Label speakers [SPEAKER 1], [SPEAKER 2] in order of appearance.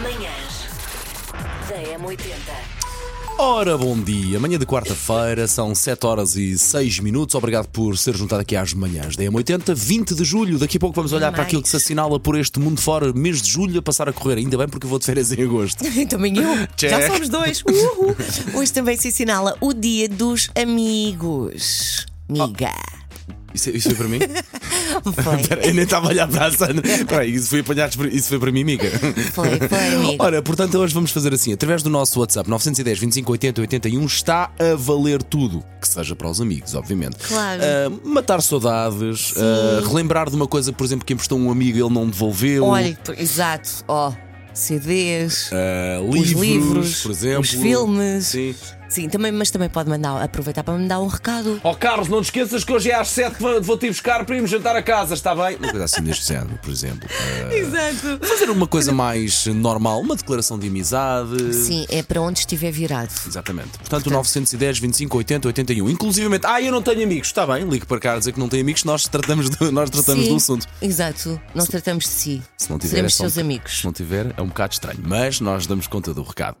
[SPEAKER 1] Manhãs da M80.
[SPEAKER 2] Ora, bom dia. Manhã de quarta-feira, são 7 horas e 6 minutos. Obrigado por ser juntado aqui às manhãs da M80, 20 de julho. Daqui a pouco vamos olhar para
[SPEAKER 3] Mais.
[SPEAKER 2] aquilo que se assinala por este mundo fora, mês de julho, a passar a correr. Ainda bem porque eu vou de férias em agosto.
[SPEAKER 3] Também eu. Já
[SPEAKER 2] Check.
[SPEAKER 3] somos dois. Uhul. Hoje também se assinala o Dia dos Amigos. Miga.
[SPEAKER 2] Isso, é, isso foi para mim?
[SPEAKER 3] Foi,
[SPEAKER 2] Espera, eu nem estava a olhar para a Sandra. Espera aí, isso foi apanhado, por- isso foi para mim, amiga.
[SPEAKER 3] foi, foi, amigo.
[SPEAKER 2] Ora, portanto, hoje vamos fazer assim: através do nosso WhatsApp 910 25 80 81, está a valer tudo. Que seja para os amigos, obviamente.
[SPEAKER 3] Claro.
[SPEAKER 2] Ah, matar saudades, ah, relembrar de uma coisa, por exemplo, que emprestou um amigo e ele não devolveu.
[SPEAKER 3] Olha, por- exato. Ó, CDs.
[SPEAKER 2] Ah,
[SPEAKER 3] Os
[SPEAKER 2] livros,
[SPEAKER 3] livros,
[SPEAKER 2] por exemplo.
[SPEAKER 3] os filmes.
[SPEAKER 2] Sim.
[SPEAKER 3] Sim, também, mas também pode mandar, aproveitar para mandar um recado.
[SPEAKER 2] Oh, Carlos, não te esqueças que hoje é às 7 que vou-te buscar para irmos jantar a casa, está bem? Uma coisa assim deste género, por exemplo. Ah,
[SPEAKER 3] Exato.
[SPEAKER 2] fazer uma coisa mais normal, uma declaração de amizade.
[SPEAKER 3] Sim, é para onde estiver virado.
[SPEAKER 2] Exatamente. Portanto, 910, 25, 80, 81. Inclusivamente, ah, eu não tenho amigos. Está bem, ligo para cá a dizer que não tem amigos, nós tratamos do, nós tratamos
[SPEAKER 3] Sim,
[SPEAKER 2] do assunto.
[SPEAKER 3] Exato. Nós tratamos de si.
[SPEAKER 2] Se não tiver,
[SPEAKER 3] Seremos
[SPEAKER 2] é só um
[SPEAKER 3] seus
[SPEAKER 2] boca-
[SPEAKER 3] amigos.
[SPEAKER 2] Se não tiver, é um bocado estranho, mas nós damos conta do recado.